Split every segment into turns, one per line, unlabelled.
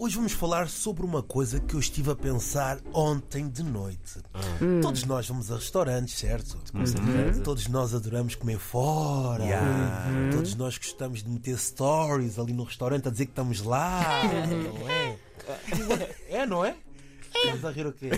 Hoje vamos falar sobre uma coisa que eu estive a pensar ontem de noite. Todos nós vamos a restaurantes, certo? Uhum. Todos nós adoramos comer fora. Uhum. Todos nós gostamos de meter stories ali no restaurante a dizer que estamos lá. não é? É, não é? Estamos a rir o quê?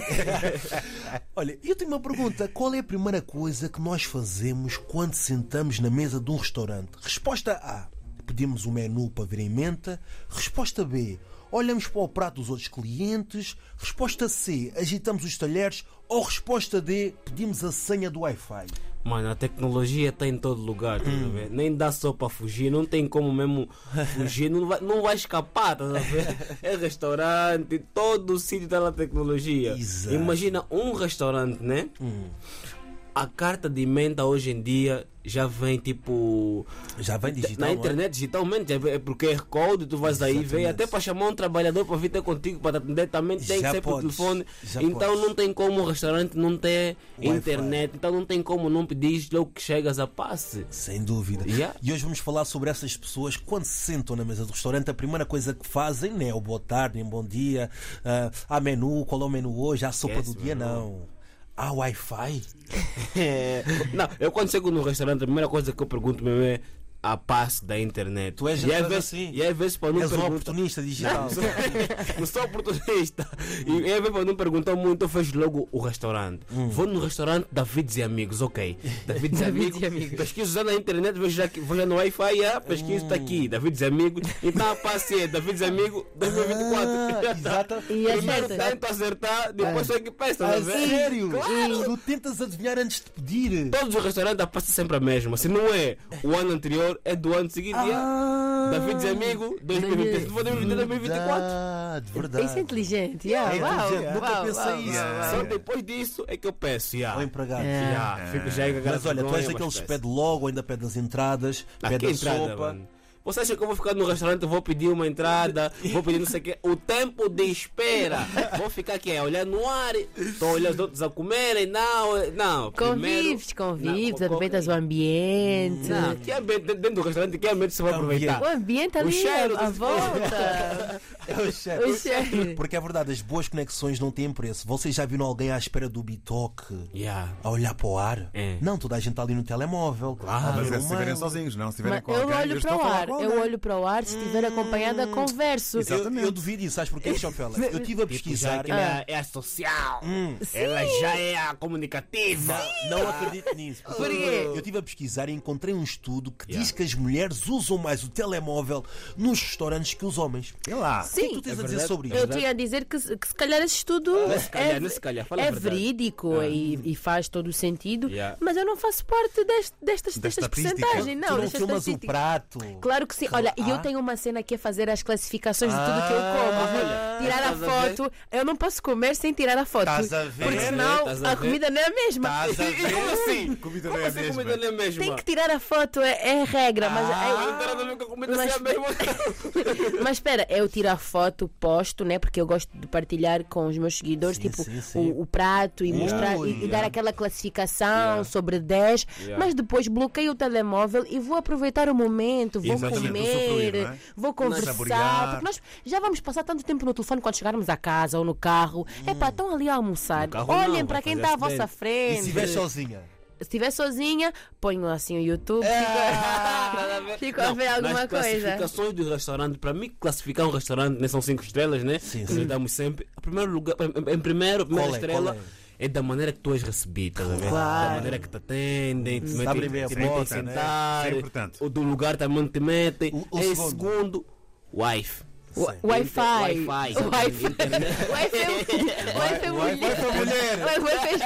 Olha, eu tenho uma pergunta. Qual é a primeira coisa que nós fazemos quando sentamos na mesa de um restaurante? Resposta A. Pedimos um menu para vir em menta. Resposta B. Olhamos para o prato dos outros clientes. Resposta C. Agitamos os talheres. Ou resposta D. Pedimos a senha do Wi-Fi.
Mano, a tecnologia está em todo lugar, estás a ver? Nem dá só para fugir, não tem como mesmo fugir, não vai, não vai escapar, estás a ver? É restaurante, todo o sítio está na tecnologia.
Exato.
Imagina um restaurante, né? A carta de menta hoje em dia já vem tipo.
Já vem digital.
na
não é?
internet, digitalmente, é por QR Code, tu vais aí ver,
Exatamente.
até para chamar um trabalhador para vir ter contigo, para te atender, também tem
Já
que ser por
podes,
telefone.
já
então
podes.
não tem como o restaurante não ter
Wi-Fi.
internet, então não tem como não pedir logo que chegas a passe.
Sem dúvida.
Yeah.
E hoje vamos falar sobre essas pessoas que quando se sentam na mesa do restaurante, a primeira coisa que fazem não é o boa tarde, nem bom dia, ah, há menu, qual é o menu hoje, há sopa
Esquece
do dia,
o menu.
não. Há Wi-Fi?
É, não, eu quando chego no restaurante, a primeira coisa que eu pergunto mesmo é a passe da internet.
Tu és-
e às
és
vezes,
assim?
E às vezes para não
És um
perguntar.
oportunista digital.
Não, é sou- não sou oportunista. E eu mesmo não perguntou muito, eu vejo logo o restaurante.
Hum.
Vou no restaurante Davids e Amigos, ok. Davids e Amigos.
e Amigos.
Pesquiso já na internet, vejo, já que, vejo já no Wi-Fi, yeah, pesquiso está
Hum.
aqui, Davids e Amigos. Então a passe é Davids e Amigos 2024.
Ah, exata.
E as
Primeiro
metas?
tento acertar, depois só que peço, tá
Ah,
vendo?
sério? Tu tentas adivinhar antes de pedir.
Todos os restaurantes passam sempre a mesma. Se não é o ano anterior, é do ano seguinte.
Ah,
é. Davids e Amigo, 2025, vou 2024.
Verdade, verdade.
Isso é inteligente. Yeah,
É
uau,
inteligente, nunca
uau,
pensei
uau,
nisso.
uau, uau.
Só depois disso é que eu peço.
Ao
Yeah.
empregado.
Yeah, Fico já com a cara
É. Mas olha, tu
É. vergonha,
és
mas
daqueles que é
peço.
pede logo, ainda pede as entradas,
Ah,
pede
que
a
entrada,
sopa.
mano? Você acha que eu vou ficar no restaurante, vou pedir uma entrada, vou pedir não sei o quê? O tempo de espera. Vou ficar aqui, a olhar no ar, estou olhando os outros a comerem. Não, não. primeiro-
Convives, convives,
Não,
aproveitas o ambiente.
Não, que ambiente, dentro do restaurante, que ambiente você vai aproveitar?
O ambiente ali,
cheiro
à
do-
volta.
É o chefe.
o cheiro.
Porque é verdade, as boas conexões não têm preço. Vocês já viram alguém à espera do bitoque
Yeah.
a olhar para o ar?
É.
Não, toda a gente está ali no telemóvel. a ver
Mas
o
é se estiverem
mail.
sozinhos, não. Se estiverem
Mas
com
eu
alguém,
olho para
estou
o
a falar
ar,
com
eu
alguém.
olho para o ar, se estiver acompanhada, converso.
eu, eu duvido isso, sabes porquê, Chofela? Eu estive a
Tipo,
pesquisar.
já
Ah. Hum.
que ela é a social, ela já é a comunicativa.
Não, não acredito nisso. Porque
Por quê?
Eu estive a pesquisar e encontrei um estudo que diz que as mulheres usam mais o telemóvel nos restaurantes que os homens.
Sei lá.
O que é que
Sim.
tu tens
É
a dizer
verdade.
sobre isso?
Eu tinha a dizer que, se- que se calhar esse estudo
Não se calhar,
é,
não se calhar, fala a
é
verdade. Ah.
verídico e, e faz todo o sentido,
Yeah.
mas eu não faço parte des- destas,
Desta
destas
estatística.
porcentagens. Não,
tu não
destas
filmas o
estatísticas.
prato.
Claro que sim. Olha, e eu tenho uma cena aqui a fazer as classificações de tudo que eu como. viu?
Ah,
tirar a
estás a ver?
foto. eu não posso comer sem tirar a foto.
Estás a ver?
Porque senão
Estás a
a
ver?
comida não é a mesma.
Estás a
E
ver?
como assim?
Comida
como
não é a
assim
mesma?
comida não é a mesma?
Tem que tirar a foto, é, é regra, mas,
Ah, não
é-
tem nada a ver com a comida
assim
Mas-
ser a mesma.
mas espera, é eu tiro a foto, posto, né? Porque eu gosto de partilhar com os meus seguidores,
Sim,
tipo,
sim, sim.
O, o prato e mostrar e, e
yeah.
dar aquela classificação
Yeah.
sobre 10,
Yeah.
mas depois bloqueio o telemóvel e vou aproveitar o momento, vou
Exatamente,
comer,
usufruir, não é?
vou
Saborear.
conversar, porque nós já vamos passar tanto tempo no telefone quando chegarmos a casa ou no carro. É pá, estão ali a
Hum.
almoçar.
No carro
Olhem
não,
para
vai
quem
fazer
está à
acidente.
vossa
E
frente.
se estiver sozinha?
Se estiver sozinha, ponho assim o YouTube.
Nada Ah, tá a ver.
Fico a
Não,
ver alguma
nas
coisa.
classificações do restaurante, para mim, classificar um restaurante, né, são cinco estrelas, né?
Sim,
Que nós
sim.
damos sempre. A primeiro lugar, em, em primeiro, a primeira
Qual é?
estrela.
Qual
É da maneira que tu és recebido, estás a ver?
Claro.
Da maneira que te atendem, te metem-
Abrem Hum. bem a
te metem
porta,
a
né?
sentar,
Isso é importante.
o do lugar também te metem.
O- o
em
segundo.
segundo, wife.
Sim.
Wi-Fi.
Wi-Fi.
Wi-Fi. Wi-Fi mulher.
Wi-Fi mulher.
Wi-Fi.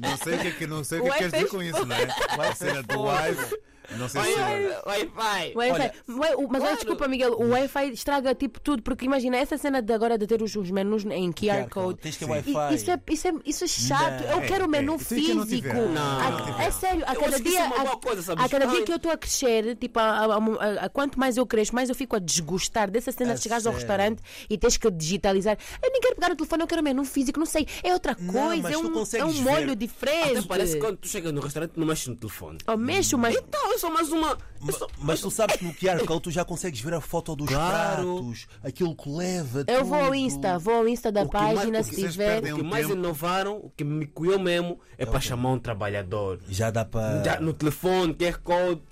Não sei o que, é que- não sei o que é que
Wi-Fi
queres dizer com isso, não é? A cena do wife. Não sei se. é.
Wi-Fi.
Wi-Fi.
Olha,
Wi- o- Mas olha, desculpa, Miguel, o Wi-Fi estraga tipo tudo, porque imagina essa cena de agora de ter os, os menus em QR,
QR code,
Code.
tens que ter
E-
Wi-Fi.
Isso é, isso, é, isso é chato.
Não.
eu quero o menu
é, isso é que eu não
físico.
tiver.
Não,
A-
não tiver.
é sério, a
Eu
cada
acho que isso
dia.
é uma boa
a,
coisa, sabes?
a cada dia
Ai.
que eu estou a crescer, tipo, a, a- a- a- quanto mais eu cresço, mais eu fico a desgostar dessa cena
É
de chegares
sério.
ao restaurante e tens que digitalizar. Eu nem quero pegar o telefone, eu quero o menu físico, não sei. É outra
Não,
coisa,
mas
é
tu
um, é
consegues
um molho
ver.
Então,
diferente.
Até parece que quando tu chegas no restaurante não mexes no telefone.
Ou mexo, mas.
Então, é só mais uma. é só-
Mas tu sabes que no QR Code tu já consegues ver a foto dos
Claro.
pratos, aquilo que leva.
Eu vou ao
tudo.
Insta, vou ao Insta da
que mais-
página
o
se
que
vocês
tiver.
perdem-
O
Tem
que
um
mais
tempo.
inovaram, o que me coeu mesmo, é para chamar um trabalhador.
Já dá para.
Já no telefone, QR Code,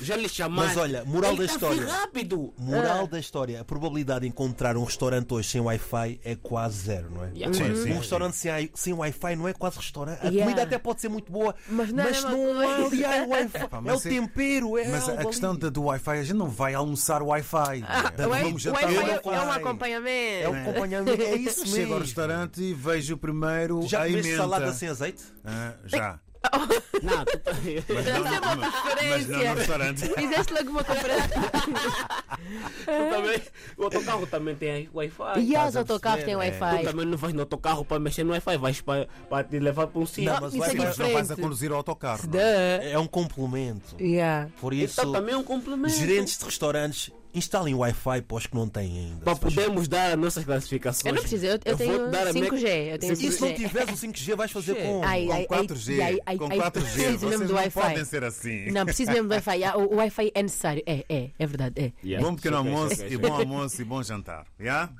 já lhe
É.
chamaste.
Mas olha, moral
Ele
da
tá
história.
rápido.
Moral da história: a probabilidade de encontrar um restaurante hoje sem Wi-Fi é quase zero, não é?
Yeah.
Sim, sim.
Um restaurante sem, ai- sem Wi-Fi não é quase restaurante. A
Yeah.
comida até pode ser muito boa,
Mas
mas
não
não,
é a mesma
há
coisa.
ali ai, Wi-Fi.
Epá,
é o
mas é-
tempero, é
Mas
algo
a questão
ali.
da- do Wi-Fi, a gente não vai almoçar Wi-Fi.
Ah,
É,
O Wi-
Vamos
o
jantar
Wi-Fi
Wi-Fi.
é um
É
acompanhamento.
o acompanhamento, é isso mesmo.
Chego ao restaurante e vejo primeiro
Já
a
comeste
emenda.
salada
assim?
sem azeite?
Ah, já.
Não, tu tá- tu
Deve ser uma
Mas não no
conferência.
restaurante.
Fizeste logo
Tá
uma conferência.
também. O autocarro também tem aí Wi-Fi.
E
estás
os
a perceber?
autocarros têm um
é.
Tu
Wi-Fi.
também não vais no autocarro para mexer no Wi-Fi, vais para, para te levar para um sítio.
Não, mas
isso
vai-
é
Sim, mas não vais a
diferente.
conduzir o autocarro. não é?
Duh.
É um complemento.
Yeah.
Por isso,
Então também é um complemento.
gerentes de restaurantes instalem Wi-Fi para os que não têm ainda.
Para
se faz
podermos dar as nossas classificações.
Eu não preciso, eu, eu
vou
tenho
dar a minha-
5G. Eu tenho
favor. E se não
5G.
tiveres o 5G, vais fazer
Sim.
com.
Ai, ai,
Com
ai,
4G.
ai, ai,
com
ai,
4G.
preciso mesmo
Vocês
do
não
Wi-Fi.
podem ser assim.
Não, preciso mesmo do Wi-Fi. Ah, O o Wi-Fi é necessário. É, é, é verdade. É.
Yeah.
Bom pequeno
Sim, sim,
almoço
sim,
e
sim.
bom almoço e bom jantar. já?